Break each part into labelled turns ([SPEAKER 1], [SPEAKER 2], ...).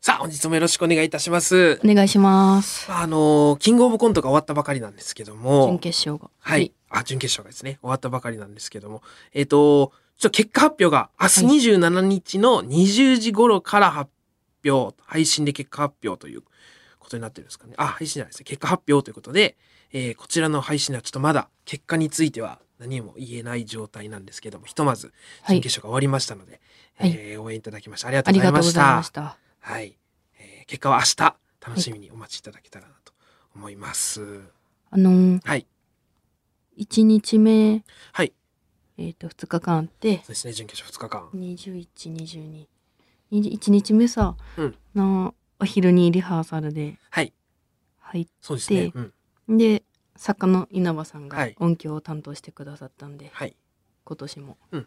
[SPEAKER 1] さあ、本日もよろしくお願いいたします。
[SPEAKER 2] お願いします。
[SPEAKER 1] あのーキングオブコントが終わったばかりなんですけど
[SPEAKER 2] 準
[SPEAKER 1] も、
[SPEAKER 2] 決勝が。
[SPEAKER 1] はい。。あ、準決勝がですね、終わったばかりなんですけども、えっ、と、ちょっと結果発表が明日27日の20時頃から発表、配信で結果発表ということになってるんですかね。あ、配信じゃないですね。結果発表ということで、えーこちらの配信ではちょっとまだ結果については何も言えない状態なんですけども、ひとまず
[SPEAKER 2] は
[SPEAKER 1] 準
[SPEAKER 2] い。
[SPEAKER 1] 決勝が終わりましたので、
[SPEAKER 2] はい
[SPEAKER 1] えー応援いただきましてありがとう
[SPEAKER 2] あり
[SPEAKER 1] ござ
[SPEAKER 2] が
[SPEAKER 1] い
[SPEAKER 2] とう
[SPEAKER 1] ま
[SPEAKER 2] ご
[SPEAKER 1] し
[SPEAKER 2] ざいま
[SPEAKER 1] た
[SPEAKER 2] し。た。
[SPEAKER 1] はい、えー結果は明日楽しみにお待ちいただけたらなと思います。
[SPEAKER 2] あのー、
[SPEAKER 1] はい、
[SPEAKER 2] 1日目、
[SPEAKER 1] はい、
[SPEAKER 2] えっ、と、2日間あって
[SPEAKER 1] そう、ですね準決勝2日間。
[SPEAKER 2] 21、22。1日目さ、
[SPEAKER 1] うん
[SPEAKER 2] なお昼にリハーサルで
[SPEAKER 1] はい、
[SPEAKER 2] 入っ
[SPEAKER 1] そうですね
[SPEAKER 2] で。
[SPEAKER 1] うん、
[SPEAKER 2] て、作家の稲葉さ
[SPEAKER 1] は
[SPEAKER 2] んが
[SPEAKER 1] い
[SPEAKER 2] 音響を担当してくださったんで、
[SPEAKER 1] はい、
[SPEAKER 2] 今年も、
[SPEAKER 1] うん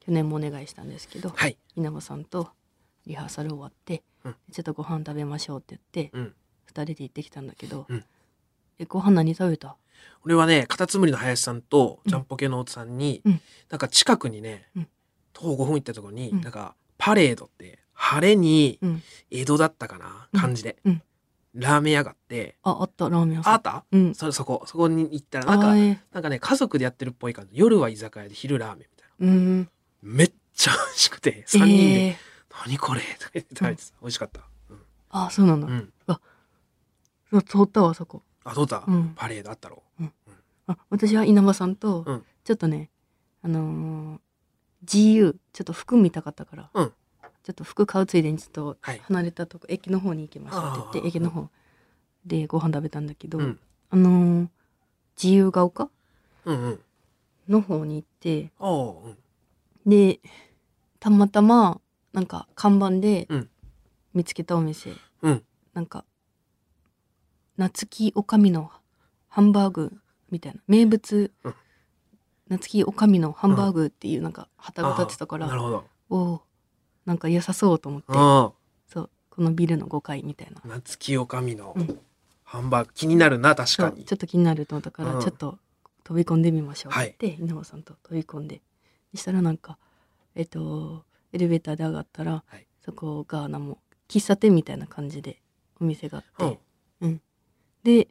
[SPEAKER 2] 去年もお願いしたんですけど、
[SPEAKER 1] はい、
[SPEAKER 2] 稲葉さんとリハーサル終わって、
[SPEAKER 1] うん
[SPEAKER 2] ちょっとご飯食べましょうって言って、
[SPEAKER 1] うん。
[SPEAKER 2] 二人で行ってきたんだけど、
[SPEAKER 1] うん
[SPEAKER 2] えご飯何食べた
[SPEAKER 1] 俺はねカタツムリの林さんと
[SPEAKER 2] うん
[SPEAKER 1] ジャンポケの太田さんに、
[SPEAKER 2] うん
[SPEAKER 1] なんか近くにね、
[SPEAKER 2] うん
[SPEAKER 1] 徒歩5分行ったところに、
[SPEAKER 2] うん
[SPEAKER 1] なんかパレードって晴れに
[SPEAKER 2] うん
[SPEAKER 1] 江戸だったかな、
[SPEAKER 2] うん
[SPEAKER 1] 感じで、
[SPEAKER 2] うん
[SPEAKER 1] ラーメン屋があって
[SPEAKER 2] ああったラーメン屋さん
[SPEAKER 1] あった
[SPEAKER 2] うん
[SPEAKER 1] そそこそこに行ったらなん
[SPEAKER 2] あ
[SPEAKER 1] か
[SPEAKER 2] えー
[SPEAKER 1] なんかね家族でやってるっぽい感じ夜は居酒屋で昼ラーメンみたいな。
[SPEAKER 2] うん
[SPEAKER 1] めっちゃ美味しくて3人で
[SPEAKER 2] えー
[SPEAKER 1] 「何これ?」 とか言って食べてた美味しかった
[SPEAKER 2] あそうなん
[SPEAKER 1] う
[SPEAKER 2] だ、
[SPEAKER 1] ん、うん、
[SPEAKER 2] そう通ったわそこ
[SPEAKER 1] あどうだ、
[SPEAKER 2] うん
[SPEAKER 1] パレードあったろ
[SPEAKER 2] あ私は稲葉さんと、
[SPEAKER 1] うん
[SPEAKER 2] ちょっとねあのー GU ちょっと服見たかったから、
[SPEAKER 1] うん
[SPEAKER 2] ちょっと服買うついでにちょっと
[SPEAKER 1] はい
[SPEAKER 2] 離れたとこ、駅の方に行きましょうって言
[SPEAKER 1] あ
[SPEAKER 2] っ
[SPEAKER 1] ー
[SPEAKER 2] て駅の方でご飯食べたんだけど、
[SPEAKER 1] うん
[SPEAKER 2] あのー自由が丘
[SPEAKER 1] うんうん
[SPEAKER 2] の方に行って
[SPEAKER 1] ああうん
[SPEAKER 2] でたまたまなんか看板で
[SPEAKER 1] うん
[SPEAKER 2] 見つけたお店、
[SPEAKER 1] うん
[SPEAKER 2] なんか夏木おかみのハンバーグみたいな名物、
[SPEAKER 1] うん
[SPEAKER 2] 夏木おかみのハンバーグっていうなんか旗が立ってたか
[SPEAKER 1] ああな
[SPEAKER 2] ら、
[SPEAKER 1] るほど
[SPEAKER 2] おおなんか良さそうと思って
[SPEAKER 1] あ
[SPEAKER 2] そうこのビルの5階みたいな
[SPEAKER 1] あ夏木おかみの
[SPEAKER 2] うん
[SPEAKER 1] ハンバーグ気になるな確
[SPEAKER 2] そ
[SPEAKER 1] か
[SPEAKER 2] う
[SPEAKER 1] に
[SPEAKER 2] ちょっと気になると思ったから、
[SPEAKER 1] うん
[SPEAKER 2] ちょっと飛び込んでみましょうっ
[SPEAKER 1] はい
[SPEAKER 2] て言って稲葉さんと飛び込んでそしたらなんかえっとエレベーターで上がったら、
[SPEAKER 1] はい
[SPEAKER 2] そこがなんも喫茶店みたいな感じでお店があ
[SPEAKER 1] う
[SPEAKER 2] っ
[SPEAKER 1] ん
[SPEAKER 2] て、で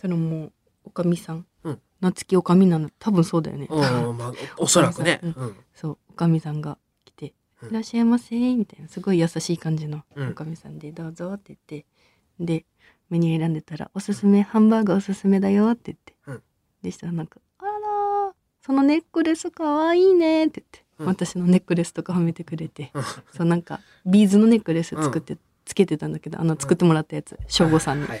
[SPEAKER 2] そのもうおかみさん、
[SPEAKER 1] うん
[SPEAKER 2] 夏木おかみなの多分そうだよね、
[SPEAKER 1] うんまあおおそらくね
[SPEAKER 2] う
[SPEAKER 1] うんん
[SPEAKER 2] そうおかみさんが来て「
[SPEAKER 1] うん
[SPEAKER 2] いらっしゃいませ」みたいなすごい優しい感じの
[SPEAKER 1] うん
[SPEAKER 2] おかみさんで「どうぞ」って言ってでメニュー選んでたら「おすすめハンバーグおすすめだよ」って言って、
[SPEAKER 1] うん
[SPEAKER 2] でしたらなんか「あらーそのネックレスかわいいね」って言って、
[SPEAKER 1] うん
[SPEAKER 2] 私のネックレスとかはめてくれて、
[SPEAKER 1] うん
[SPEAKER 2] そうなんかビーズのネックレス作って、つけてたんだけどあの作ってもらったやつ省吾さんの、
[SPEAKER 1] はい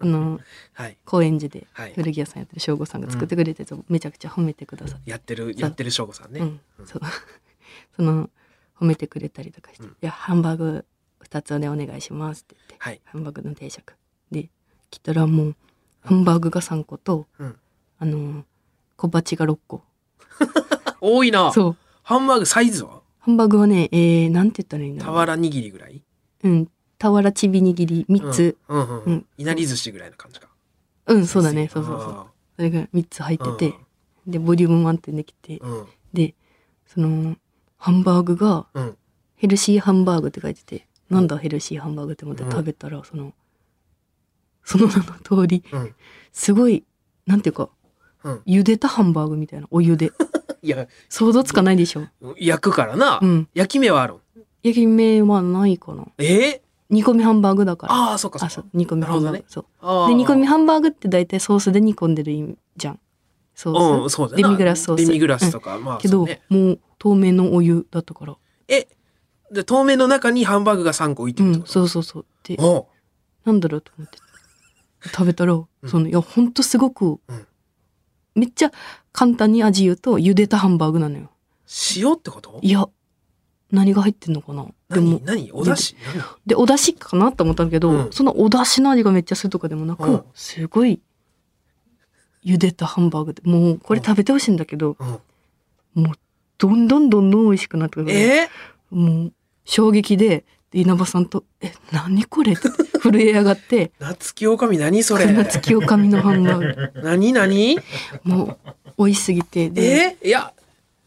[SPEAKER 2] あの
[SPEAKER 1] はい
[SPEAKER 2] 高円寺で
[SPEAKER 1] はい
[SPEAKER 2] 古着屋さんやってる省吾さんが作ってくれたやつをめちゃくちゃ褒めてくださって
[SPEAKER 1] やってる
[SPEAKER 2] う
[SPEAKER 1] やってる省吾さんね
[SPEAKER 2] うん
[SPEAKER 1] うん
[SPEAKER 2] そう その褒めてくれたりとかして「
[SPEAKER 1] うん
[SPEAKER 2] いやハンバーグ2つでお願いします」って言って、
[SPEAKER 1] はい
[SPEAKER 2] ハンバーグの定食で来たらもうハンバーグが3個と、
[SPEAKER 1] うん
[SPEAKER 2] あのー小鉢が6個
[SPEAKER 1] 多いな
[SPEAKER 2] そう
[SPEAKER 1] ハンバーグサイズは
[SPEAKER 2] ハンバーグはねえー、なんて言ったらいいんだろう
[SPEAKER 1] 俵握りぐらい
[SPEAKER 2] うん俵ちびにぎり3つ
[SPEAKER 1] うんうんう
[SPEAKER 2] うんん
[SPEAKER 1] いなり寿司ぐらいの感じか
[SPEAKER 2] うん、そうだねそうそうそう
[SPEAKER 1] あ
[SPEAKER 2] それが3つ入っ
[SPEAKER 1] あ
[SPEAKER 2] てて、でボリューム満点できて、
[SPEAKER 1] うんうん
[SPEAKER 2] でそのハンバーグが
[SPEAKER 1] うん
[SPEAKER 2] ヘルシーハンバーグって書いてて、なんだヘルシーハンバーグって思って
[SPEAKER 1] うん
[SPEAKER 2] 食べたら、その、その名の通り、
[SPEAKER 1] うん
[SPEAKER 2] すごい、なんていうか、
[SPEAKER 1] うん
[SPEAKER 2] 茹でたハンバーグみたいな、お湯で。
[SPEAKER 1] いや
[SPEAKER 2] 想像つかないでしょ。
[SPEAKER 1] 焼くからな
[SPEAKER 2] うん。
[SPEAKER 1] 焼き目はあるん
[SPEAKER 2] 焼き目はないかな。
[SPEAKER 1] ええ
[SPEAKER 2] 煮込みハンバーグだから。
[SPEAKER 1] ああ、そっかそ
[SPEAKER 2] あ、
[SPEAKER 1] っ
[SPEAKER 2] そ
[SPEAKER 1] か
[SPEAKER 2] う。、煮込みハン
[SPEAKER 1] な
[SPEAKER 2] バ
[SPEAKER 1] るほど
[SPEAKER 2] ーグ
[SPEAKER 1] ね。
[SPEAKER 2] そう。
[SPEAKER 1] あー
[SPEAKER 2] で、煮込みハンバーグって大体ソースで煮込んでる意味じゃん。ソ
[SPEAKER 1] うん、
[SPEAKER 2] ース。
[SPEAKER 1] そうだな
[SPEAKER 2] デミグラスソース
[SPEAKER 1] デミグラスとか、まあ、
[SPEAKER 2] け
[SPEAKER 1] そう
[SPEAKER 2] ど、
[SPEAKER 1] ね。
[SPEAKER 2] もう透明のお湯だったから。
[SPEAKER 1] え、で、透明の中にハンバーグが3個浮いて
[SPEAKER 2] う
[SPEAKER 1] るって
[SPEAKER 2] ん
[SPEAKER 1] こ、と
[SPEAKER 2] そうそうそう。で、
[SPEAKER 1] おう
[SPEAKER 2] なんだろうと思って食べたら、そのいやほんとすごく、
[SPEAKER 1] うん
[SPEAKER 2] めっちゃ簡単に味言うと茹でたハンバーグなのよ
[SPEAKER 1] 塩ってこと
[SPEAKER 2] いや何が入ってんのかなでも
[SPEAKER 1] 何何お出汁
[SPEAKER 2] でお出汁かなと思ったんだけど、
[SPEAKER 1] うん
[SPEAKER 2] そのお出汁の味がめっちゃするとかでもなく、
[SPEAKER 1] うん
[SPEAKER 2] すごい茹でたハンバーグでもうこれ食べてほしいんだけど、
[SPEAKER 1] 何うん
[SPEAKER 2] どんどんどんどん美味しくなってくるから
[SPEAKER 1] え
[SPEAKER 2] もう衝撃でで稲葉さんと「え何これ?」って震え上 がって
[SPEAKER 1] ー、夏木狼何
[SPEAKER 2] 「
[SPEAKER 1] それ
[SPEAKER 2] 夏木おかみのハンバーグ」
[SPEAKER 1] 何何
[SPEAKER 2] もう美味しすぎてで、
[SPEAKER 1] えいや、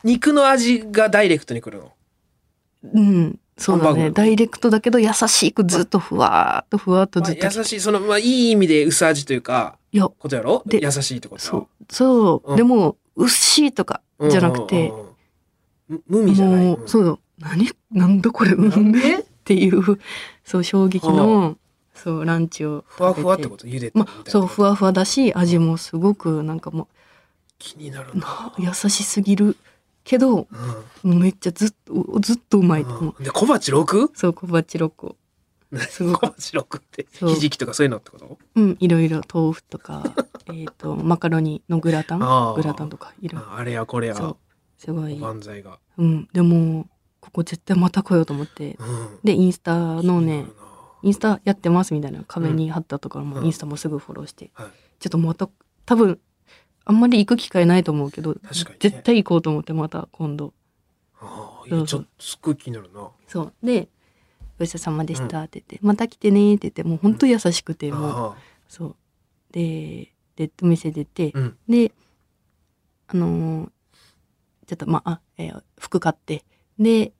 [SPEAKER 1] 肉の味がダイレクトに来るの。
[SPEAKER 2] うんそうだ
[SPEAKER 1] ハンバー
[SPEAKER 2] ね
[SPEAKER 1] グ
[SPEAKER 2] ダイレクトだけど優しくずっとふわーっとふわーっと
[SPEAKER 1] まあ
[SPEAKER 2] ずっと、
[SPEAKER 1] 優しい、その、まあ、いい意味で薄味というか、
[SPEAKER 2] いや
[SPEAKER 1] ことやろ
[SPEAKER 2] で
[SPEAKER 1] 優しいってことや
[SPEAKER 2] そうそう、
[SPEAKER 1] うん
[SPEAKER 2] でも牛とか
[SPEAKER 1] うん
[SPEAKER 2] じゃなくて
[SPEAKER 1] うんうんうん無無味じゃない。
[SPEAKER 2] もう、
[SPEAKER 1] ん
[SPEAKER 2] そうよ何なんだこれう
[SPEAKER 1] なん
[SPEAKER 2] め
[SPEAKER 1] で
[SPEAKER 2] っていうそう衝撃のそうランチを
[SPEAKER 1] ふわふわって
[SPEAKER 2] と
[SPEAKER 1] こと茹でてみ
[SPEAKER 2] ま
[SPEAKER 1] たいな
[SPEAKER 2] あそうふわふわだし味もすごくなんかも
[SPEAKER 1] 気になる
[SPEAKER 2] う
[SPEAKER 1] な
[SPEAKER 2] な。優しすぎるけど
[SPEAKER 1] うん
[SPEAKER 2] めっちゃずっとずっとうまいと思う
[SPEAKER 1] うんで、小鉢 6?
[SPEAKER 2] そう小鉢6個すご
[SPEAKER 1] 小
[SPEAKER 2] く
[SPEAKER 1] 鉢6って、
[SPEAKER 2] そう
[SPEAKER 1] ひじきとかそういうのってこと
[SPEAKER 2] うんいろいろ豆腐 とかえっとマカロニのグラタン
[SPEAKER 1] あー
[SPEAKER 2] グラタンとかいろいろ
[SPEAKER 1] ああれやこれ
[SPEAKER 2] そ
[SPEAKER 1] や
[SPEAKER 2] う、すご
[SPEAKER 1] お
[SPEAKER 2] い
[SPEAKER 1] ばんざいが。
[SPEAKER 2] うんでもここ絶対また来ようと思って
[SPEAKER 1] うん
[SPEAKER 2] でインスタの
[SPEAKER 1] 気
[SPEAKER 2] ね、
[SPEAKER 1] になるな
[SPEAKER 2] インスタやってますみたいな壁に貼ったところも、
[SPEAKER 1] うん
[SPEAKER 2] インスタもすぐフォローして、
[SPEAKER 1] はい
[SPEAKER 2] ちょっとまた多分あんまり行く機会ないと思うけど、
[SPEAKER 1] 確かにね
[SPEAKER 2] 絶対行こうと思ってまた今度
[SPEAKER 1] ああ、い
[SPEAKER 2] そ
[SPEAKER 1] や
[SPEAKER 2] う
[SPEAKER 1] ち
[SPEAKER 2] そ
[SPEAKER 1] ょっ
[SPEAKER 2] う
[SPEAKER 1] とすっごい気になるな。
[SPEAKER 2] そうで「ごちそうさまでした」って言って「また来てね」って言ってもう本当優しくて、もう
[SPEAKER 1] あ
[SPEAKER 2] そうででお店出て、
[SPEAKER 1] うん
[SPEAKER 2] であのーちょっとまああ、えー服買ってで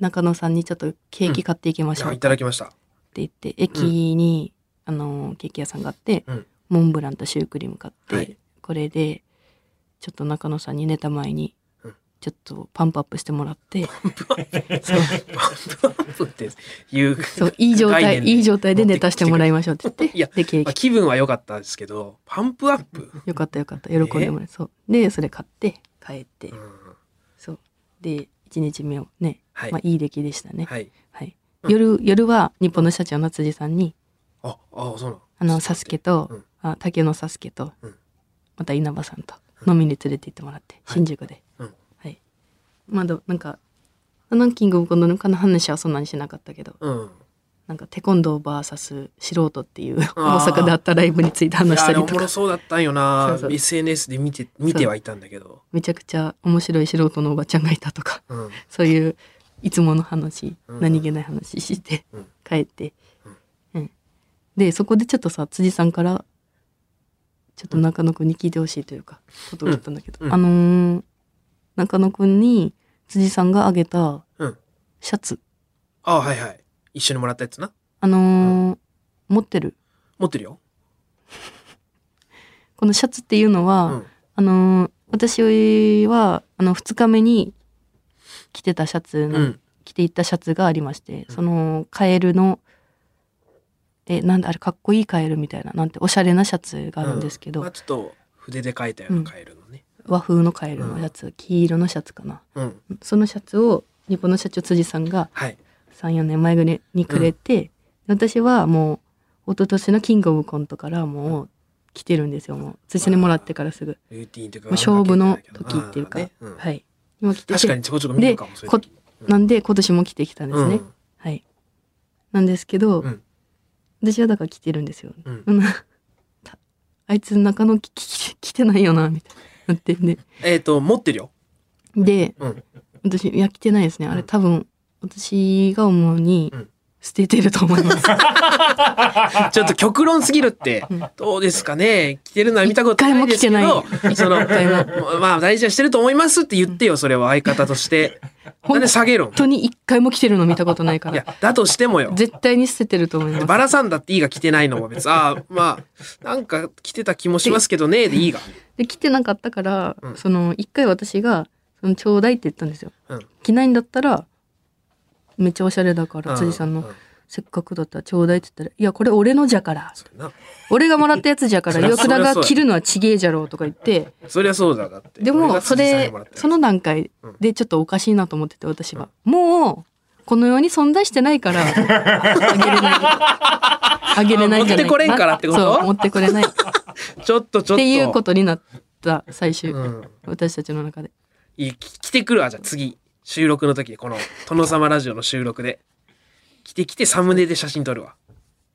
[SPEAKER 2] 中野さんにちょっとケーキ買っていきましょ
[SPEAKER 1] あ、
[SPEAKER 2] う
[SPEAKER 1] いただきました。
[SPEAKER 2] って言って駅に、あのケーキ屋さんがあって、
[SPEAKER 1] うん
[SPEAKER 2] モンブランとシュークリーム買って、
[SPEAKER 1] はい
[SPEAKER 2] これでちょっと中野さんに寝た前に、
[SPEAKER 1] うん
[SPEAKER 2] ちょっとパンプアップしてもら って
[SPEAKER 1] パンプアップっていう、
[SPEAKER 2] そういい状
[SPEAKER 1] 概
[SPEAKER 2] 態
[SPEAKER 1] 念で
[SPEAKER 2] いい状態でネタしてもらいましょうって言って
[SPEAKER 1] いや
[SPEAKER 2] でケー
[SPEAKER 1] まあ、
[SPEAKER 2] キ
[SPEAKER 1] 気分は良かったですけど、パンプアップ、
[SPEAKER 2] よかったよかった喜んでもらえそうでそれ買って帰って、
[SPEAKER 1] うん
[SPEAKER 2] そうで1日目をね、
[SPEAKER 1] はい、
[SPEAKER 2] まあ、いい出来でしたね、
[SPEAKER 1] はい。
[SPEAKER 2] はい
[SPEAKER 1] うん
[SPEAKER 2] 夜夜は日本の社長の辻さんに
[SPEAKER 1] あ、あ、そうなの。
[SPEAKER 2] あのサスケと、
[SPEAKER 1] うん
[SPEAKER 2] あ竹野サスケと、
[SPEAKER 1] うん
[SPEAKER 2] また稲葉さんと
[SPEAKER 1] うん
[SPEAKER 2] 飲みに連れて行ってもらって、
[SPEAKER 1] はい
[SPEAKER 2] 新宿で、
[SPEAKER 1] うん
[SPEAKER 2] はいまだなんかあのキングオブコントの話はそんなにしなかったけど
[SPEAKER 1] うん。
[SPEAKER 2] なんかテコンドー VS 素人っていう大
[SPEAKER 1] あー
[SPEAKER 2] 阪であったライブについて
[SPEAKER 1] いや
[SPEAKER 2] 話し
[SPEAKER 1] あ
[SPEAKER 2] た
[SPEAKER 1] れ
[SPEAKER 2] り
[SPEAKER 1] お
[SPEAKER 2] と
[SPEAKER 1] もろ
[SPEAKER 2] か
[SPEAKER 1] そうだったんよな
[SPEAKER 2] そうそう
[SPEAKER 1] SNS で見て見てはいたんだけど
[SPEAKER 2] めちゃくちゃ面白い素人のおばちゃんがいたとか
[SPEAKER 1] うん
[SPEAKER 2] そういういつもの話、
[SPEAKER 1] うん
[SPEAKER 2] 何気ない話して、
[SPEAKER 1] うん
[SPEAKER 2] 帰って、うんでそこでちょっとさ辻さんからちょっと中野くんに聞いてほしいというかことがあったんだけど、
[SPEAKER 1] うんうん
[SPEAKER 2] あのー中野くんに辻さんがあげた
[SPEAKER 1] うん
[SPEAKER 2] シャツ、
[SPEAKER 1] あはいはい一緒にもらったやつな
[SPEAKER 2] あのー持ってる
[SPEAKER 1] 持ってるよ
[SPEAKER 2] このシャツっていうの
[SPEAKER 1] う
[SPEAKER 2] は、
[SPEAKER 1] ん
[SPEAKER 2] あのー私はあの2日目に着てたシャツ
[SPEAKER 1] う
[SPEAKER 2] の
[SPEAKER 1] ん
[SPEAKER 2] 着ていったシャツがありまして、
[SPEAKER 1] うん
[SPEAKER 2] そのカエルのえなんだあれかっこいいカエルみたいななんておしゃれなシャツがあるんですけど、
[SPEAKER 1] まあ、ちょっと筆で描いたよう
[SPEAKER 2] うん
[SPEAKER 1] なカエルのね
[SPEAKER 2] 和風のカエルのシャツ、黄色のシャツかな
[SPEAKER 1] うん、
[SPEAKER 2] そのシャツを日本の社長辻さんが
[SPEAKER 1] はい
[SPEAKER 2] 34年前ぐらいにくれて、私はもう一昨年のキングオブコントからもう着てるんですよもう辻にもらってからすぐ、
[SPEAKER 1] ルーティーンというか
[SPEAKER 2] もう勝負の時っていうか、
[SPEAKER 1] あーねうん
[SPEAKER 2] はい今着て
[SPEAKER 1] 確か
[SPEAKER 2] て
[SPEAKER 1] にちょこちょこ見るかもそういう時
[SPEAKER 2] なんで今年も着てきたんですね、
[SPEAKER 1] うん
[SPEAKER 2] はいなんですけど、
[SPEAKER 1] うん
[SPEAKER 2] 私はだから着てるんですよ
[SPEAKER 1] うん
[SPEAKER 2] うんたあいつ中野きき来てないよなみたいななってんで
[SPEAKER 1] えっ、と持ってるよ
[SPEAKER 2] で、
[SPEAKER 1] うん
[SPEAKER 2] 私いや来てないですねあれ多分私が思うに
[SPEAKER 1] うん
[SPEAKER 2] 捨ててると思います
[SPEAKER 1] ちょっと極論すぎるって
[SPEAKER 2] うん
[SPEAKER 1] どうですかね着てるのは 見たことないですけど
[SPEAKER 2] 一
[SPEAKER 1] その
[SPEAKER 2] 一回
[SPEAKER 1] ままあ大事はしてると思いますって言ってよそれは相方としてなん
[SPEAKER 2] 本
[SPEAKER 1] で下げろ
[SPEAKER 2] 当に一回も来てるの見たことないか
[SPEAKER 1] い
[SPEAKER 2] ら
[SPEAKER 1] やだとしてもよ
[SPEAKER 2] 絶対に捨ててると思います
[SPEAKER 1] バラさんだっていいが着てないのも別にああまあなんか着てた気もしますけどねでいいが
[SPEAKER 2] で来てなかったから、
[SPEAKER 1] うん
[SPEAKER 2] その一回私が「そのちょうだい」って言ったんですよ、
[SPEAKER 1] うん
[SPEAKER 2] 着ないんだったらめっちゃおしゃれだから辻さん
[SPEAKER 1] う
[SPEAKER 2] の
[SPEAKER 1] う
[SPEAKER 2] 「せっかくだったらちょうだい」って言ったら「いやこれ俺のじゃから」
[SPEAKER 1] それな
[SPEAKER 2] 俺がもらったやつじゃか
[SPEAKER 1] そ
[SPEAKER 2] ら
[SPEAKER 1] りゃ
[SPEAKER 2] 岩倉が着るのはちげえじゃろうとか言って
[SPEAKER 1] そりゃそうだだって
[SPEAKER 2] で
[SPEAKER 1] 俺
[SPEAKER 2] も
[SPEAKER 1] が
[SPEAKER 2] そ
[SPEAKER 1] 辻さんに
[SPEAKER 2] れ
[SPEAKER 1] もらったやつ
[SPEAKER 2] その段階でちょっとおかしいなと思ってて私は、もうこの世に存在してな いからあげれないあげれないじゃな
[SPEAKER 1] 持って
[SPEAKER 2] い
[SPEAKER 1] これんからってこと
[SPEAKER 2] そう持ってこれないっ
[SPEAKER 1] ちょっとちょっと
[SPEAKER 2] ていうことになった最終、
[SPEAKER 1] うん
[SPEAKER 2] 私たちの中で
[SPEAKER 1] いいき来てくるわじゃあ次収録の時この殿様ラジオの収録で来て来てサムネで写真撮るわ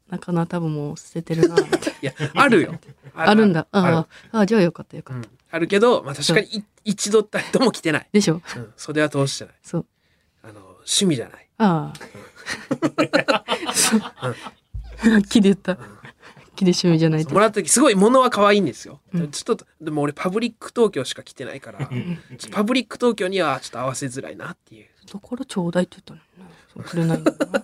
[SPEAKER 2] 中野は多分もう捨ててるな
[SPEAKER 1] いや あるよ
[SPEAKER 2] あるんだ
[SPEAKER 1] ある
[SPEAKER 2] あああじゃあよかったよか
[SPEAKER 1] う
[SPEAKER 2] った、
[SPEAKER 1] んあるけど、まあ、確かにい一度たりとも来てない、
[SPEAKER 2] でしょ
[SPEAKER 1] うん、袖は通してない
[SPEAKER 2] そう
[SPEAKER 1] あの趣味じゃない
[SPEAKER 2] ああ 木で言った木で趣味じゃない
[SPEAKER 1] も
[SPEAKER 2] と
[SPEAKER 1] らった時すごい物は可愛いんですよ、
[SPEAKER 2] うん
[SPEAKER 1] ちょっとでも俺パブリック東京しか来てないからちょっとパブリック東京にはちょっと合わせづらいなっていう
[SPEAKER 2] だからちょうだいって言ったのになそうくれないんだな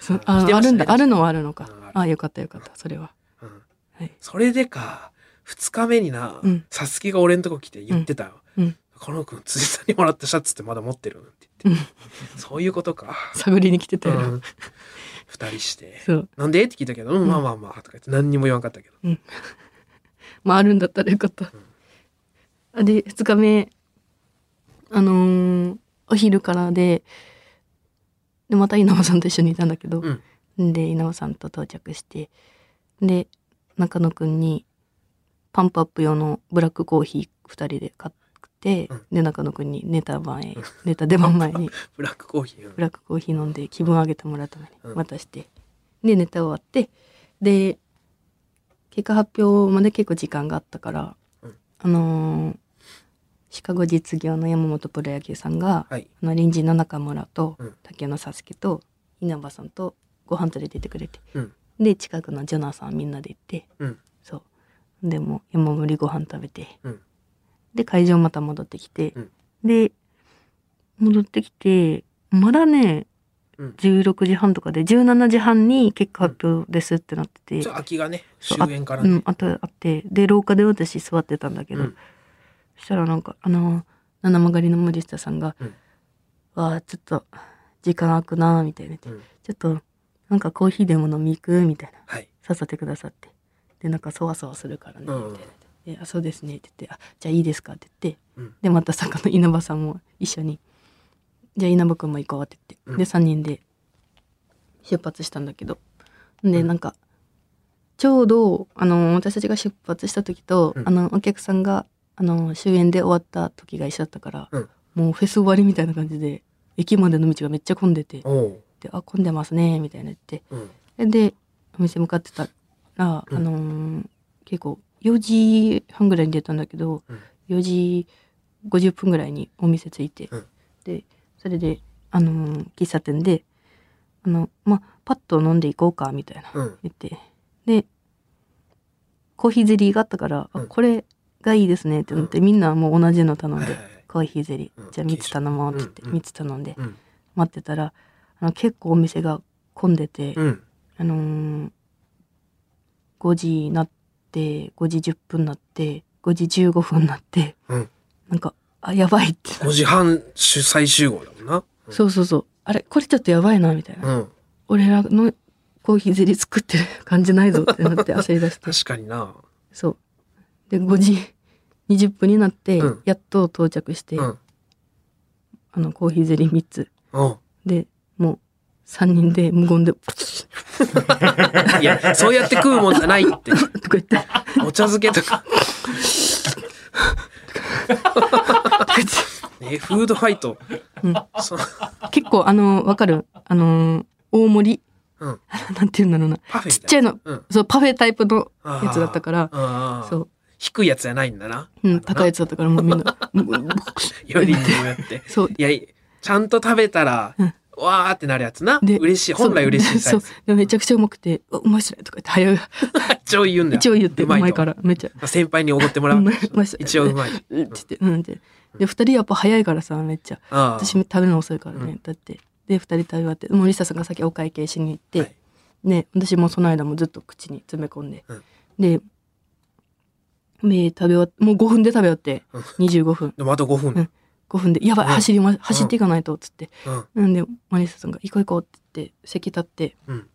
[SPEAKER 2] そう
[SPEAKER 1] あ
[SPEAKER 2] あ
[SPEAKER 1] 来て
[SPEAKER 2] あ
[SPEAKER 1] まし
[SPEAKER 2] る
[SPEAKER 1] た
[SPEAKER 2] ん
[SPEAKER 1] ね
[SPEAKER 2] だあるのはあるのか
[SPEAKER 1] うん
[SPEAKER 2] あよかったよかったそれは
[SPEAKER 1] うん
[SPEAKER 2] はい
[SPEAKER 1] それでか、二日目にな
[SPEAKER 2] うん、
[SPEAKER 1] サスケが俺んとこ来て言ってたよ
[SPEAKER 2] うんうん。
[SPEAKER 1] この君、辻さんにもらったシャツってまだ持ってるなんて言って。そういうことか。
[SPEAKER 2] 探りに来てた
[SPEAKER 1] う
[SPEAKER 2] よ、
[SPEAKER 1] ん二人して。
[SPEAKER 2] そう
[SPEAKER 1] なんでって聞いたけど、うん、まあまあまあ、とか言って何にも言わんかったけど。
[SPEAKER 2] まああるんだったらよかった。あで2日目あのーお昼からででまた稲葉さんと一緒にいたんだけど、で稲葉さんと到着してで中野くんにパンプアップ用のブラックコーヒー2人で買って、
[SPEAKER 1] うん
[SPEAKER 2] で中野くんにネタ前へネタ出番前に
[SPEAKER 1] ブラックコーヒー。
[SPEAKER 2] ブラックコーヒー飲んで気分上げてもらうため
[SPEAKER 1] うん
[SPEAKER 2] に渡して、でネタ終わってで結果発表まで結構時間があったから、
[SPEAKER 1] うん
[SPEAKER 2] あのーシカゴ実業の山本プロ野球さんが、
[SPEAKER 1] はい。
[SPEAKER 2] あの隣人の中村と
[SPEAKER 1] うん
[SPEAKER 2] 竹野サスケと稲葉さんとご飯連れてってくれて、
[SPEAKER 1] うん
[SPEAKER 2] で近くのジョナサンみんなで行って、
[SPEAKER 1] うん
[SPEAKER 2] そうでも山盛りご飯食べて、
[SPEAKER 1] うん
[SPEAKER 2] で会場また戻ってきて、
[SPEAKER 1] うん
[SPEAKER 2] で戻ってきてまだね
[SPEAKER 1] うん
[SPEAKER 2] 16時半とかで17時半に結果発表ですってなってて、
[SPEAKER 1] そう、空きがね、
[SPEAKER 2] そ
[SPEAKER 1] 終
[SPEAKER 2] うあ
[SPEAKER 1] 焉から
[SPEAKER 2] う
[SPEAKER 1] ね。
[SPEAKER 2] ん、あとあってで廊下で私座ってたんだけど、
[SPEAKER 1] うん
[SPEAKER 2] そしたらなんかあの七曲りの森下さんが
[SPEAKER 1] うん
[SPEAKER 2] 「わあちょっと時間空くな」みたいな、
[SPEAKER 1] うん
[SPEAKER 2] ちょっとなんかコーヒーでも飲み行く?」みたいな
[SPEAKER 1] はい。
[SPEAKER 2] 誘ってくださってでなんかそわそわするからね、
[SPEAKER 1] うん
[SPEAKER 2] みたいなであ「そうですね」って言って「あじゃあいいですか」って言って、
[SPEAKER 1] うん
[SPEAKER 2] でまた坂の稲葉さんも一緒に「じゃあ稲葉くんも行こう」って言って、
[SPEAKER 1] うん
[SPEAKER 2] で3人で出発したんだけどで
[SPEAKER 1] うん
[SPEAKER 2] なんかちょうどあの私たちが出発した時と、
[SPEAKER 1] うん
[SPEAKER 2] あのお客さんがあの終演で終わった時が一緒だったから、
[SPEAKER 1] うん
[SPEAKER 2] もうフェス終わりみたいな感じで駅までの道がめっちゃ混んでて
[SPEAKER 1] おう。
[SPEAKER 2] 「であ混んでますね」みたいな言って
[SPEAKER 1] うん。
[SPEAKER 2] でお店向かってたら、
[SPEAKER 1] うん
[SPEAKER 2] あのー結構4時半ぐらいに出たんだけど、
[SPEAKER 1] うん
[SPEAKER 2] 4時50分ぐらいにお店着いて、
[SPEAKER 1] うん
[SPEAKER 2] でそれで、あのー喫茶店であの、まあ、パッと飲んでいこうかみたいな
[SPEAKER 1] うん。
[SPEAKER 2] 言ってでコーヒーゼリーがあったから、
[SPEAKER 1] う
[SPEAKER 2] あ
[SPEAKER 1] ん
[SPEAKER 2] これがいいですねって思って、みんなもう同じの頼ん
[SPEAKER 1] は
[SPEAKER 2] で、
[SPEAKER 1] いはいはい。
[SPEAKER 2] コーヒーゼリー、
[SPEAKER 1] うん
[SPEAKER 2] じゃあ3つ頼もうって言って、
[SPEAKER 1] うんうん
[SPEAKER 2] 3つ頼んで
[SPEAKER 1] うん。
[SPEAKER 2] 待ってたらあの結構お店が混んでて。
[SPEAKER 1] うん。
[SPEAKER 2] あのー、5時になって5時10分になって5時15分になって、
[SPEAKER 1] うん
[SPEAKER 2] なんかあやばいって
[SPEAKER 1] 5
[SPEAKER 2] な
[SPEAKER 1] 時半主催集合だもんな。
[SPEAKER 2] そうそうそうあれこれちょっとやばいなみたいな、
[SPEAKER 1] うん。
[SPEAKER 2] 俺らのコーヒーゼリー作ってる感じないぞってなって焦り出して
[SPEAKER 1] 確かにな。
[SPEAKER 2] そうで5時20分になって、
[SPEAKER 1] うん
[SPEAKER 2] やっと到着して、
[SPEAKER 1] うん。
[SPEAKER 2] あのコーヒーゼリー3つ
[SPEAKER 1] おう
[SPEAKER 2] でもう3人で無言で「プチッ
[SPEAKER 1] いや、そうやって食うもんじゃないって。
[SPEAKER 2] とか言って
[SPEAKER 1] お茶漬けと か。え、フードファイト。
[SPEAKER 2] うん
[SPEAKER 1] そ
[SPEAKER 2] 結構あのわかるあのー大盛り
[SPEAKER 1] うん。
[SPEAKER 2] なんていうんだろうな
[SPEAKER 1] パフェみ
[SPEAKER 2] ちっち
[SPEAKER 1] た
[SPEAKER 2] ゃ
[SPEAKER 1] い
[SPEAKER 2] い
[SPEAKER 1] な。
[SPEAKER 2] のそうパフェタイプの
[SPEAKER 1] うん。
[SPEAKER 2] やつだったから
[SPEAKER 1] ら
[SPEAKER 2] そう、
[SPEAKER 1] 低いやつじゃないんだな。
[SPEAKER 2] うん、高いやつだったからもうみ んな
[SPEAKER 1] よりにもやって。
[SPEAKER 2] そう
[SPEAKER 1] いや、ちゃんと食べたら、
[SPEAKER 2] うん
[SPEAKER 1] わーってなるやつな。
[SPEAKER 2] で
[SPEAKER 1] 嬉しい。本来嬉しいサ
[SPEAKER 2] そ
[SPEAKER 1] イ
[SPEAKER 2] う
[SPEAKER 1] ズ。
[SPEAKER 2] でもめちゃくちゃうまくて「うまいっすね」とか言って早い
[SPEAKER 1] 一応言うんだよ。
[SPEAKER 2] 一応言ってう
[SPEAKER 1] うま
[SPEAKER 2] ま
[SPEAKER 1] い
[SPEAKER 2] い
[SPEAKER 1] と
[SPEAKER 2] からめっちゃ
[SPEAKER 1] まあ先輩におごっても
[SPEAKER 2] 「
[SPEAKER 1] ら
[SPEAKER 2] う
[SPEAKER 1] う
[SPEAKER 2] ま。いっすね」
[SPEAKER 1] 一応うまい。
[SPEAKER 2] うんって言ってうんってで二人やっぱ早いからさめっちゃ
[SPEAKER 1] ああ
[SPEAKER 2] 私食べるの遅いからね、
[SPEAKER 1] う
[SPEAKER 2] だってで二人食べ終わって森下さんが先お会計しに行って、
[SPEAKER 1] はい
[SPEAKER 2] ね私もその間もずっと口に詰め込んで、
[SPEAKER 1] うん
[SPEAKER 2] でで食べ終わってもう5分で食べ終わって
[SPEAKER 1] うん
[SPEAKER 2] 25分
[SPEAKER 1] でもあと5分ね。
[SPEAKER 2] 5分で「やばい
[SPEAKER 1] うん
[SPEAKER 2] 走りま走っていかないと」っつって
[SPEAKER 1] うん。
[SPEAKER 2] なんでマリサさんが「行こう行こう」って言って席立って
[SPEAKER 1] うん。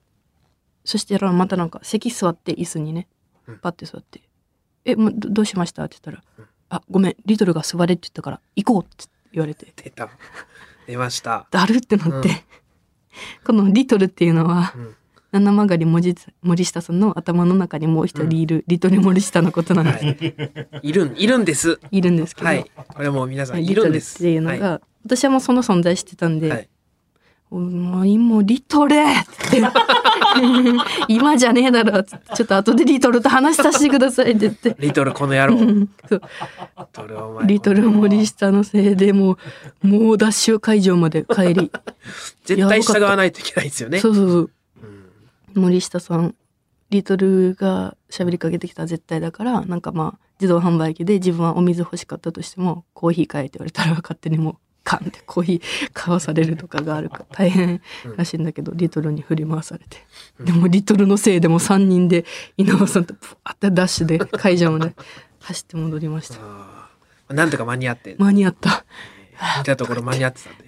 [SPEAKER 2] そしたらまたなんか席座って椅子にね
[SPEAKER 1] うん
[SPEAKER 2] パッて座って「えもうどどうしました?」って言ったら「
[SPEAKER 1] うん
[SPEAKER 2] あごめんリトルが座れ」って言ったから「行こう」って言われて
[SPEAKER 1] 出た。出ました。
[SPEAKER 2] だるってなって、
[SPEAKER 1] う
[SPEAKER 2] この「リトル」っていうのは
[SPEAKER 1] うん。
[SPEAKER 2] 七曲り森下森下さんの頭の中にもう一人いる、リトル森下のことなんです、
[SPEAKER 1] はい。いるん、いるんです。
[SPEAKER 2] い、るんですけど、
[SPEAKER 1] はい。これもう皆さんい
[SPEAKER 2] リト
[SPEAKER 1] るん
[SPEAKER 2] ル
[SPEAKER 1] で
[SPEAKER 2] っ
[SPEAKER 1] す。
[SPEAKER 2] ていうのが、
[SPEAKER 1] は
[SPEAKER 2] 私はもうその存在してたん
[SPEAKER 1] い。
[SPEAKER 2] で、
[SPEAKER 1] はい
[SPEAKER 2] もう今リトルって言って今じゃねえだろっつってちょっと後でリトルと話させてくださいって言って
[SPEAKER 1] リトルこの野郎。
[SPEAKER 2] う
[SPEAKER 1] リ
[SPEAKER 2] んそう
[SPEAKER 1] トルお前。
[SPEAKER 2] リトル森下のせいでもう猛ダッシュ会場まで帰り、
[SPEAKER 1] 絶対従わないといけないですよね。
[SPEAKER 2] そうそうそう
[SPEAKER 1] うん。
[SPEAKER 2] 森下さんリトルが喋りかけてきたら絶対だからなんかまあ自動販売機で自分はお水欲しかったとしてもコーヒー買えって言われたら勝手にもうガンってコーヒー 買わされるとかがあるから大変らしいんだけど、リトルに振り回されて、でもリトルのせいでも3人で稲葉さんとプワってダッシュで会場ま で走って戻りました
[SPEAKER 1] あーなんとか間に合って、
[SPEAKER 2] 間に合った
[SPEAKER 1] 見たところ間に合ってたんで、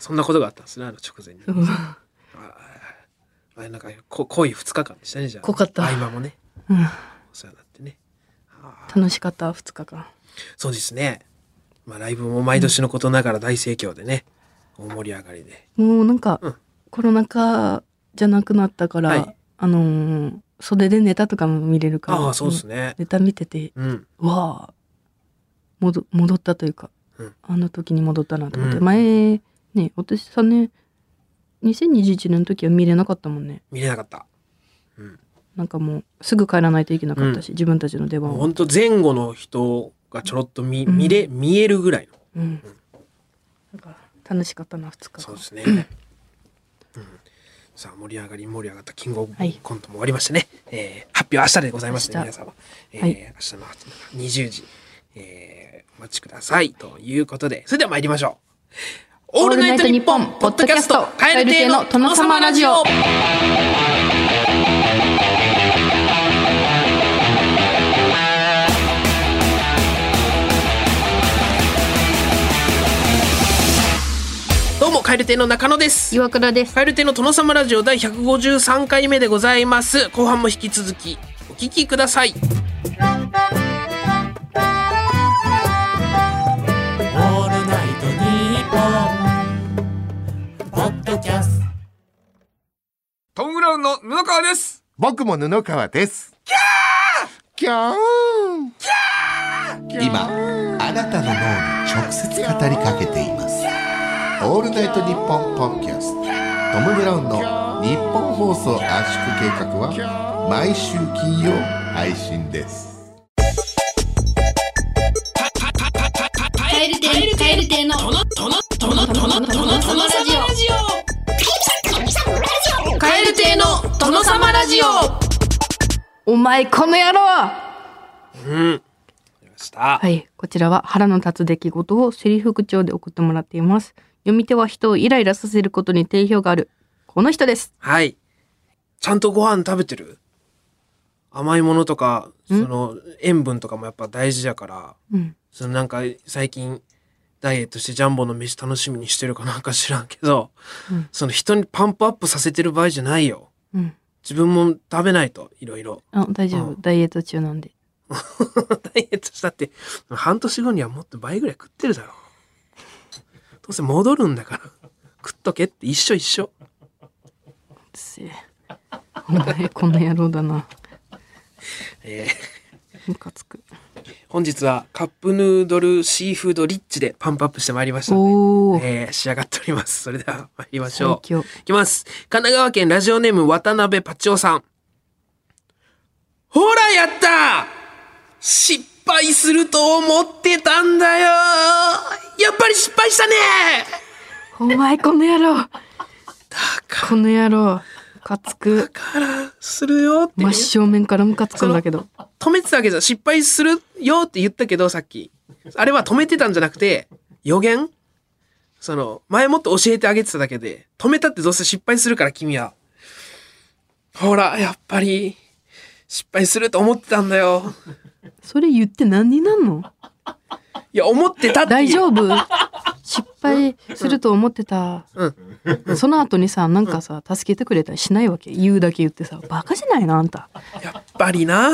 [SPEAKER 1] そんなことがあったんですね、あの直前に。
[SPEAKER 2] うん
[SPEAKER 1] あーあれなんか、こ濃い2日間でしたね、じゃあ。
[SPEAKER 2] 濃かった
[SPEAKER 1] 合間もね、
[SPEAKER 2] うん
[SPEAKER 1] お世話になってね。あー
[SPEAKER 2] 楽しかった2日間
[SPEAKER 1] そうですね。まあ、ライブも毎年のことながら大盛況でね、大盛り上がりで。
[SPEAKER 2] もうなんか、
[SPEAKER 1] うん
[SPEAKER 2] コロナ禍じゃなくなったから、
[SPEAKER 1] はい
[SPEAKER 2] あのー袖でネタとかも見れるから
[SPEAKER 1] ああ、そうですね。
[SPEAKER 2] ネタ見てて
[SPEAKER 1] うん。
[SPEAKER 2] わあ戻戻ったというか、
[SPEAKER 1] うん
[SPEAKER 2] あの時に戻ったなと思って、
[SPEAKER 1] うん
[SPEAKER 2] 前ね私さね2021年の時は見れなかったもんね
[SPEAKER 1] 見れなかった。うん。
[SPEAKER 2] なんかもうすぐ帰らないといけなかったし、自分たちの出番を、
[SPEAKER 1] 本当前後の人がちょろっと見,、
[SPEAKER 2] うん
[SPEAKER 1] 見れ見えるぐらいの
[SPEAKER 2] うん、なんか楽しかったな2日
[SPEAKER 1] そう
[SPEAKER 2] 間
[SPEAKER 1] ですね、うん、さあ盛り上がり盛り上がったキングオブ
[SPEAKER 2] はい
[SPEAKER 1] コントも終わりましたね、えー発表は明日でございますね
[SPEAKER 2] 明日
[SPEAKER 1] 皆様、えー
[SPEAKER 2] はい
[SPEAKER 1] 明日の20時、えーお待ちくださいということでそれでは参りましょうオールナイトニッポンポッドキャスト蛙亭の殿様ラジオどうも蛙亭の中野です
[SPEAKER 2] 岩倉です
[SPEAKER 1] カエル亭の殿様ラジオ第153回目でございます。後半も引き続きお聞きくださ
[SPEAKER 3] オ
[SPEAKER 1] い。
[SPEAKER 3] ールナイトニッポン」ポッドキャスト
[SPEAKER 4] トム・ブラウンの布川です
[SPEAKER 5] 僕も布川です。キャーキャー
[SPEAKER 6] 今あなたの脳に直接語りかけていますオールナイトニッポンポッドキャストトム・ブラウンの日本放送圧縮計画は毎週金曜配信です
[SPEAKER 1] カエル亭の殿様ラジオ。あ
[SPEAKER 2] お前この野郎
[SPEAKER 1] りました。
[SPEAKER 2] はい、こちらは腹の立つ出来事をセリフ口調で送ってもらっています。読み手は人をイライラさせることに定評がある。この人です。
[SPEAKER 1] はい。ちゃんとご飯食べてる甘いものとか、その塩分とかもやっぱ大事だから、
[SPEAKER 2] うん。
[SPEAKER 1] そのなんか最近ダイエットしてジャンボの飯楽しみにしてるかなんか知らんけど、
[SPEAKER 2] うん
[SPEAKER 1] その人にパンプアップさせてる場合じゃないよ。
[SPEAKER 2] うん。
[SPEAKER 1] 自分も食べないと、いろいろ。
[SPEAKER 2] あ、大丈夫。
[SPEAKER 1] うん
[SPEAKER 2] ダイエット中なんで。
[SPEAKER 1] ダイエットしたって、半年後にはもっと倍ぐらい食ってるだろう。どうせ戻るんだから、食っとけって一緒一緒。
[SPEAKER 2] うっせえお前この野郎だな。
[SPEAKER 1] え
[SPEAKER 2] ムカつく。
[SPEAKER 1] ー本日はカップヌードルシーフードリッチでパンプアップしてまいりましたの
[SPEAKER 2] おお。
[SPEAKER 1] で、えー仕上がっております。それでは参りまし
[SPEAKER 2] 最
[SPEAKER 1] ょう。
[SPEAKER 2] 強。
[SPEAKER 1] いきます。神奈川県ラジオネーム渡辺パチオさん。ほらやった失敗すると思ってたんだよやっぱり失敗したね
[SPEAKER 2] お前この野郎。この野郎。ムカつく。
[SPEAKER 1] から、するよっていう
[SPEAKER 2] 真正面からムカつくんだけど。
[SPEAKER 1] 止めてたわけじゃん失敗するよって言ったけどさっきあれは止めてたんじゃなくて予言その前もっと教えてあげてただけで止めたってどうせ失敗するから君はほらやっぱり失敗すると思ってたんだよ
[SPEAKER 2] それ言って何になん の？
[SPEAKER 1] いや思ってたっていう
[SPEAKER 2] 大丈夫失敗すると思ってた、その後にさなんかさ助けてくれたりしないわけ言うだけ言ってさバカじゃないのあんた
[SPEAKER 1] やっぱりな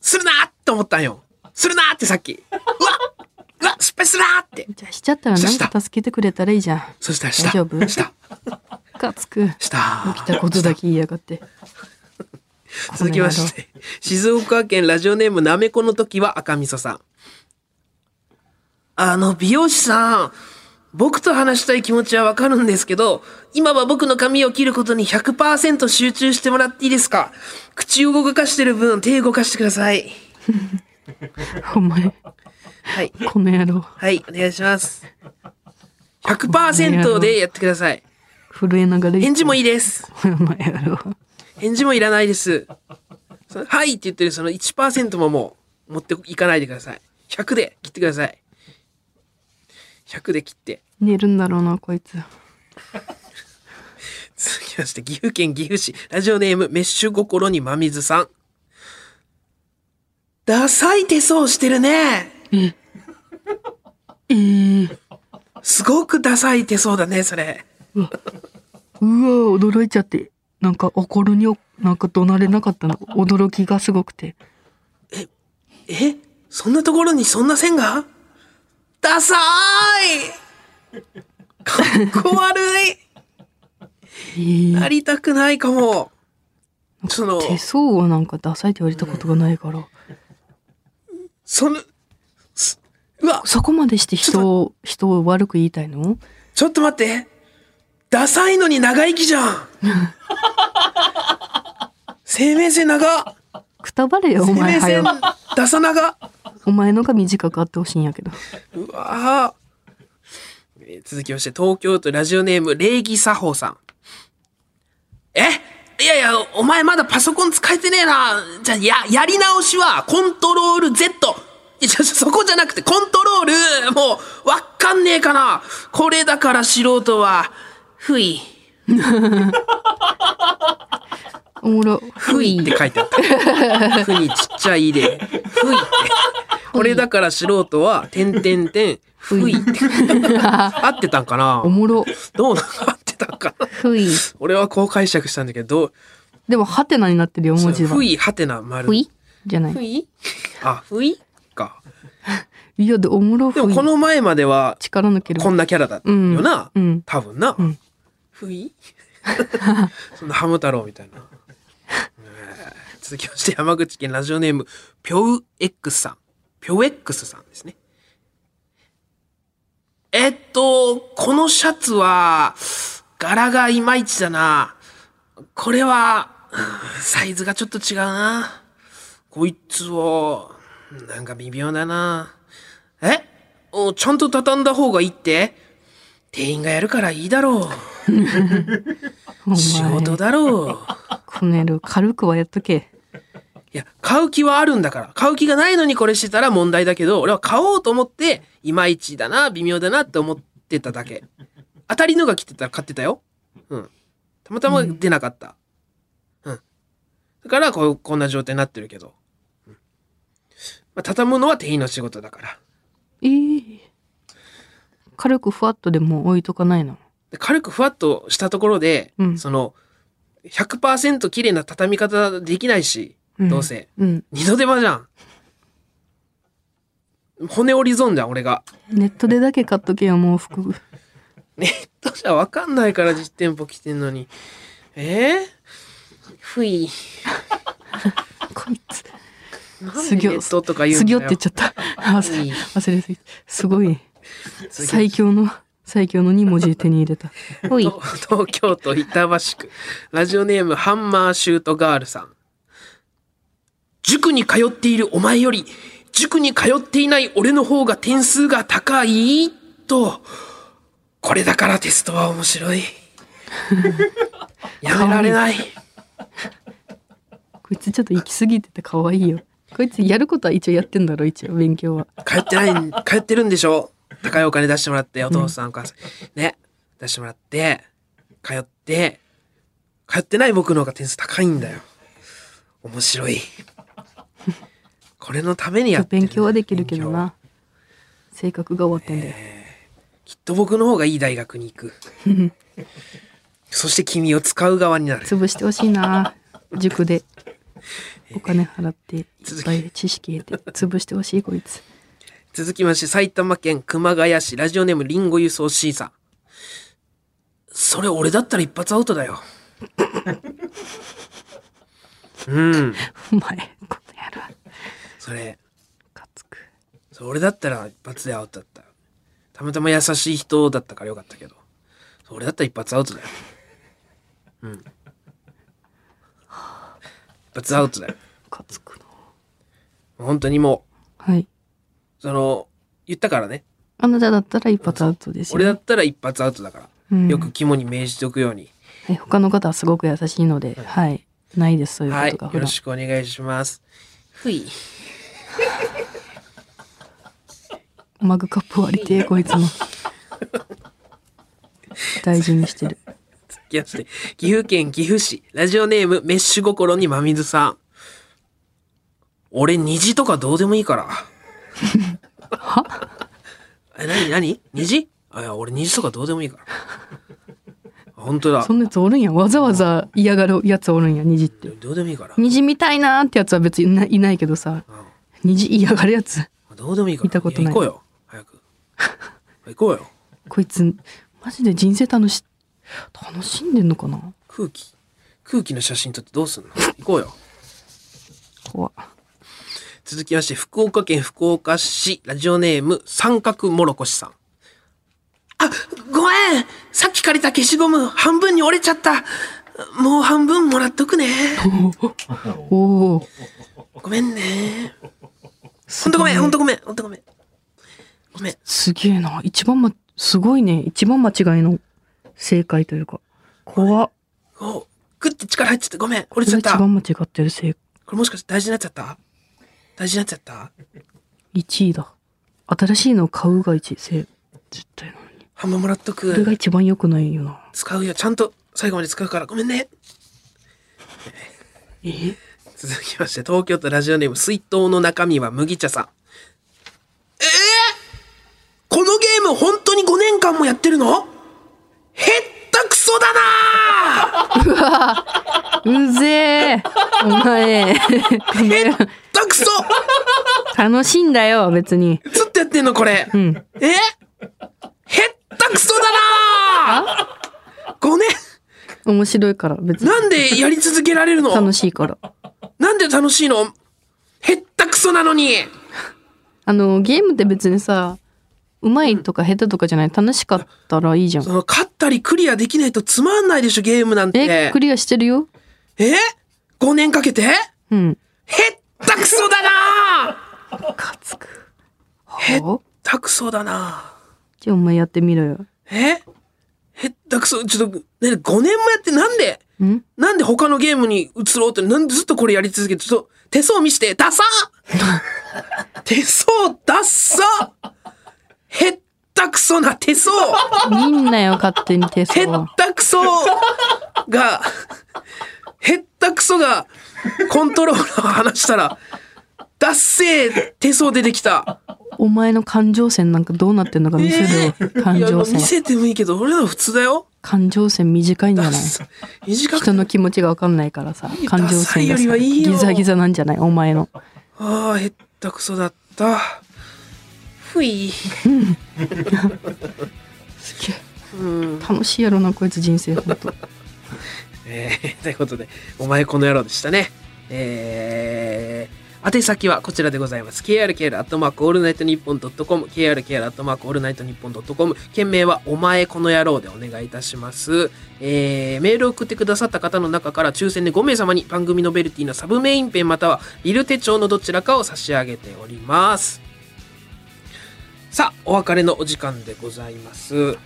[SPEAKER 1] するなって思ったんよするなってさっきうわうわ失敗するなって
[SPEAKER 2] じゃあしちゃったらなん
[SPEAKER 1] した
[SPEAKER 2] か助けてくれたらいいじゃん
[SPEAKER 1] そしたらした
[SPEAKER 2] 大丈夫
[SPEAKER 1] した
[SPEAKER 2] ムカつく
[SPEAKER 1] した
[SPEAKER 2] 起きたことだけ言いやがって
[SPEAKER 1] 続きまして、静岡県ラジオネームなめこの時は赤みそさん。あの、美容師さん、僕と話したい気持ちはわかるんですけど、今は僕の髪を切ることに100%集中してもらっていいですか口を動かしてる分、手動かしてください。
[SPEAKER 2] お前
[SPEAKER 1] はい。
[SPEAKER 2] この野郎
[SPEAKER 1] はい、お願いします。100%でやってください。
[SPEAKER 2] 震えながら
[SPEAKER 1] 返事もいい
[SPEAKER 2] い
[SPEAKER 1] です。
[SPEAKER 2] お前野郎
[SPEAKER 1] 返事もいらないです。そのはいって言ってるその1%ももう持っていかないでください。100で切ってください。 100で切って
[SPEAKER 2] 寝るんだろうなこいつ
[SPEAKER 1] 続きまして岐阜県岐阜市ラジオネームメッシュ心にまみずさんダサい手相してるねすごくダサい手相だねそれ
[SPEAKER 2] うわ驚いちゃってなんか怒るにおなんか怒鳴れなかったの驚きがすごくて
[SPEAKER 1] えそんなところにそんな線がダサーいかっこ悪いなりたくないかもその
[SPEAKER 2] 手相はなんかダサいって言われたことがないから、
[SPEAKER 1] そのすうわ
[SPEAKER 2] そこまでして人を人を悪く言いたいの
[SPEAKER 1] ちょっと待って。ダサいのに長生きじゃ ん。生命線長。
[SPEAKER 2] くたばれよお
[SPEAKER 1] 生
[SPEAKER 2] 前
[SPEAKER 1] 命
[SPEAKER 2] は
[SPEAKER 1] 線
[SPEAKER 2] よ
[SPEAKER 1] ダサ長。
[SPEAKER 2] お前のが短くあってほしいんやけど
[SPEAKER 1] うわぁえー続きまして、東京都ラジオネーム、礼儀作法さん。えいやいや、お前まだパソコン使えてねえな。じゃあ、や、やり直しは、コントロール Z。いや、ちょそこじゃなくて、コントロール、もう、わかんねえかな。これだから素人は、ふい、
[SPEAKER 2] おもろ
[SPEAKER 1] ふいって書いてあ った。ふにちっちゃいで、ふいって。これだから素人は、てんてんてん、ふい って。合ってたんかな
[SPEAKER 2] おもろ
[SPEAKER 1] どうなの合ってたんかな
[SPEAKER 2] ふい
[SPEAKER 1] 俺はこう解釈したんだけど、
[SPEAKER 2] でもハテナになってるよ
[SPEAKER 1] どう
[SPEAKER 2] 文字は
[SPEAKER 1] ふい、はてな、丸。
[SPEAKER 2] ふいじゃない
[SPEAKER 1] ふいあ、ふいか。
[SPEAKER 2] いやでおもろ
[SPEAKER 1] で
[SPEAKER 2] ふ
[SPEAKER 1] も
[SPEAKER 2] い
[SPEAKER 1] この前までは、
[SPEAKER 2] 力抜ける
[SPEAKER 1] こんなキャラだったよな。
[SPEAKER 2] うんうん
[SPEAKER 1] 多分な。
[SPEAKER 2] ん
[SPEAKER 1] ふい そんなハム太郎みたいな。ねえ続きまして山口県ラジオネーム、ぴょう X さん。ぴょう X さんですね。えっと、このシャツは、柄がいまいちだな。これは、うんサイズがちょっと違うな。こいつは、なんか微妙だな。えおちゃんと畳んだ方がいいって店員がやるからいいだろ
[SPEAKER 2] お前
[SPEAKER 1] う。仕事だ ろう。
[SPEAKER 2] この野郎軽くはやっとけ
[SPEAKER 1] いや、買う気はあるんだから。買う気がないのにこれしてたら問題だけど、俺は買おうと思って、いまいちだな、微妙だなって思ってただけ。当たりのが来てたら買ってたよ。うん。たまたま出なかった。うん。だからこう、こんな状態になってるけど。うんまあ、畳むのは店員の仕事だから。
[SPEAKER 2] えー軽くふわっとでも置いとかないの
[SPEAKER 1] で軽くふわっとしたところで、
[SPEAKER 2] うん
[SPEAKER 1] その、100%綺麗な畳み方できないし、
[SPEAKER 2] ん
[SPEAKER 1] どうせ。
[SPEAKER 2] うん
[SPEAKER 1] 二度手間じゃん。骨折り損じゃん、俺が。
[SPEAKER 2] ネットでだけ買っとけよも う服
[SPEAKER 1] ネットじゃわかんないから実店舗来てんのに。えー、ふい。
[SPEAKER 2] こいつ
[SPEAKER 1] なん
[SPEAKER 2] す
[SPEAKER 1] で
[SPEAKER 2] ぎ
[SPEAKER 1] ネ
[SPEAKER 2] ょ
[SPEAKER 1] ットとか言う
[SPEAKER 2] す
[SPEAKER 1] んだ
[SPEAKER 2] ぎょ
[SPEAKER 1] よ
[SPEAKER 2] って言っちゃった忘れ忘れすぎたすごい
[SPEAKER 1] すぎょ
[SPEAKER 2] 最強の最強の2文字手に入 れたほい
[SPEAKER 1] 東京都板橋区。ラジオネームハンマーシュートガールさん。塾に通っているお前より、塾に通っていない俺の方が点数が高いと、これだからテストは面白い。やめられない。
[SPEAKER 2] こいつちょっと行き過ぎてて可愛いよこいつやることは一応やってんだろ一応勉強は
[SPEAKER 1] 通ってないん、通ってるんでしょ高いお金出してもらって、お父さん、お母さん。ね。出してもらって、通って、通ってない僕の方が点数高いんだよ。面白い。これのためにやってる
[SPEAKER 2] 勉強はできるけど。な性格が終わってんだよ、
[SPEAKER 1] きっと僕の方がいい大学に行 く。そして君を使う側になる。
[SPEAKER 2] 潰してほしいな塾でお金払っていっぱい知識得て潰してほしいこいつ
[SPEAKER 1] 続きまして、埼玉県熊谷市、ラジオネームリンゴ輸送 C さん。それ俺だったら一発アウトだよ。うん。
[SPEAKER 2] お前この野郎
[SPEAKER 1] それ、
[SPEAKER 2] かつく
[SPEAKER 1] それ俺だったら一発でアウトだった。たまたま優しい人だったからよかったけど。それ俺だったら一発アウトだよ。うん。一発アウトだよ。
[SPEAKER 2] かつくな
[SPEAKER 1] 本当にも
[SPEAKER 2] はい。
[SPEAKER 1] う、その、言ったからね。
[SPEAKER 2] あなただったら一発アウトですよ、
[SPEAKER 1] 俺だったら一発アウトだから。
[SPEAKER 2] うん
[SPEAKER 1] よく肝に銘じておくように。
[SPEAKER 2] え他の方はすごく優しいので、はい。ないです、そういう
[SPEAKER 1] は
[SPEAKER 2] こ
[SPEAKER 1] い。
[SPEAKER 2] とが。
[SPEAKER 1] よ
[SPEAKER 2] 普
[SPEAKER 1] ろ
[SPEAKER 2] 段
[SPEAKER 1] しくお願いします。ふい。
[SPEAKER 2] マグカップ割りてえ、こいつも。大事にしてる。
[SPEAKER 1] 続きまして、岐阜県岐阜市、ラジオネーム、メッシュ心にまみずさん。俺、虹とかどうでもいいから。え、なになに虹あ、いや、俺、虹とかどうでもいいから。本当だ
[SPEAKER 2] そ。んなやつおるんや。わざわざ嫌がるやつおるんや、虹って。
[SPEAKER 1] どうでもいいから。
[SPEAKER 2] 虹見たいなーってやつは別にいないないけどさ。虹嫌がるやつ。
[SPEAKER 1] どうでもいいから。
[SPEAKER 2] 見たことな
[SPEAKER 1] や
[SPEAKER 2] い
[SPEAKER 1] 行こうよ。早く。行こうよ。
[SPEAKER 2] こいつ、マジで人生楽し、楽しんでんのかな
[SPEAKER 1] 空気。空気の写真撮ってどうすんの行こうよ。
[SPEAKER 2] 怖っ
[SPEAKER 1] 続きまして、福岡県福岡市、ラジオネーム、三角もろこしさん。あ、ごめんさっき借りた消しゴム、半分に折れちゃったもう半分もらっとくね。
[SPEAKER 2] おお。
[SPEAKER 1] ごめんね。ほ
[SPEAKER 2] ほ
[SPEAKER 1] んとごめん、ほんとごめん、ほんとごめん。ごめん。
[SPEAKER 2] すげえな。一番ま、すごいね。一番間違いの正解というか。怖っ。
[SPEAKER 1] おグッて力入っちゃってごめん、
[SPEAKER 2] こ
[SPEAKER 1] 折れちゃった。
[SPEAKER 2] 一
[SPEAKER 1] こ
[SPEAKER 2] 番間違ってる正解。
[SPEAKER 1] れもしかして大事になっちゃった大事になっちゃった
[SPEAKER 2] 1位だ。新しいのを買うが1位。せ絶対なのに。
[SPEAKER 1] 半分もらっとく。
[SPEAKER 2] これが一番良くないよな。
[SPEAKER 1] 使うよちゃんと最後まで使うからごめんね続きまして東京都ラジオネーム水筒の中身は麦茶さんえー、このゲーム本当に5年間もやってるのへったくそだなー
[SPEAKER 2] うぜえお前
[SPEAKER 1] へったくそ
[SPEAKER 2] 楽しいんだよ、別に。
[SPEAKER 1] ずっとやってんのこれ、
[SPEAKER 2] ん
[SPEAKER 1] えへったくそだなー5年
[SPEAKER 2] 面白いから、別に。
[SPEAKER 1] なんでやり続けられるの
[SPEAKER 2] 楽しいから。
[SPEAKER 1] なんで楽しいのへったくそなのに
[SPEAKER 2] あの、ゲームって別にさ、うまいとか下手とかじゃない。楽しかったらいいじゃん
[SPEAKER 1] そ。の勝ったりクリアできないとつまんないでしょ、ゲームなんて。
[SPEAKER 2] え、クリアしてるよ
[SPEAKER 1] え ?5 年かけてへっ
[SPEAKER 2] うん。
[SPEAKER 1] たくそだな
[SPEAKER 2] かつく。はあ
[SPEAKER 1] たくそだな
[SPEAKER 2] じゃあお前やってみろよ。
[SPEAKER 1] えへったくそ、ちょっと、ね、5年もやってなんで
[SPEAKER 2] ん
[SPEAKER 1] なんで他のゲームに移ろうって、なんでずっとこれやり続けて、ちょっと手相見して、 ダサ手相ダッサへったくそな手相
[SPEAKER 2] みんなよ、勝手に手
[SPEAKER 1] へ
[SPEAKER 2] 相
[SPEAKER 1] っ
[SPEAKER 2] は。
[SPEAKER 1] たくそが、へったくそがコントローラーを話したら、脱せ手相出てきた。
[SPEAKER 2] お前の感情線なんかどうなってんのか見せるよ。感
[SPEAKER 1] いや
[SPEAKER 2] 情
[SPEAKER 1] 見
[SPEAKER 2] 線。
[SPEAKER 1] せてもいいけど、俺らは普通だよ。
[SPEAKER 2] 感情線短いんじゃない
[SPEAKER 1] 短く
[SPEAKER 2] 人の気持ちが分かんないからさ感情線が
[SPEAKER 1] ダサいよりは
[SPEAKER 2] さ
[SPEAKER 1] いいよ
[SPEAKER 2] ギザギザなんじゃないお前の
[SPEAKER 1] ああ、へったくそだった。ふい。
[SPEAKER 2] すげえ楽しいやろなこいつ人生ほんと
[SPEAKER 1] えー、 ということで、お前この野郎でしたね。えー、宛先はこちらでございます。krkr アットマークオールナイトニッポンドットコム、krkr アットマークオールナイトニッポンドットコム、件名はお前この野郎でお願いいたします。えー、メールを送ってくださった方の中から抽選で5名様に番組ノベルティのサブメインペンまたはリル手帳のどちらかを差し上げております。さあ、お別れのお時間でございます。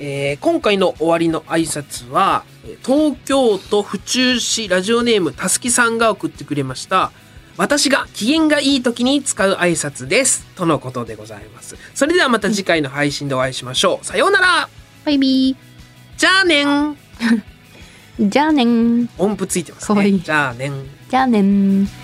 [SPEAKER 1] えー今回の終わりの挨拶は、えー東京都府中市ラジオネームたすきさんが送ってくれました。私が機嫌がいい時に使う挨拶です。とのことでございます。それではまた次回の配信でお会いしましょう。さようなら
[SPEAKER 2] バイビ
[SPEAKER 1] じゃあねん
[SPEAKER 2] ーじゃあねん
[SPEAKER 1] 音符ついてます
[SPEAKER 2] かわ
[SPEAKER 1] ね。
[SPEAKER 2] いい
[SPEAKER 1] じゃあねん
[SPEAKER 2] じゃあねん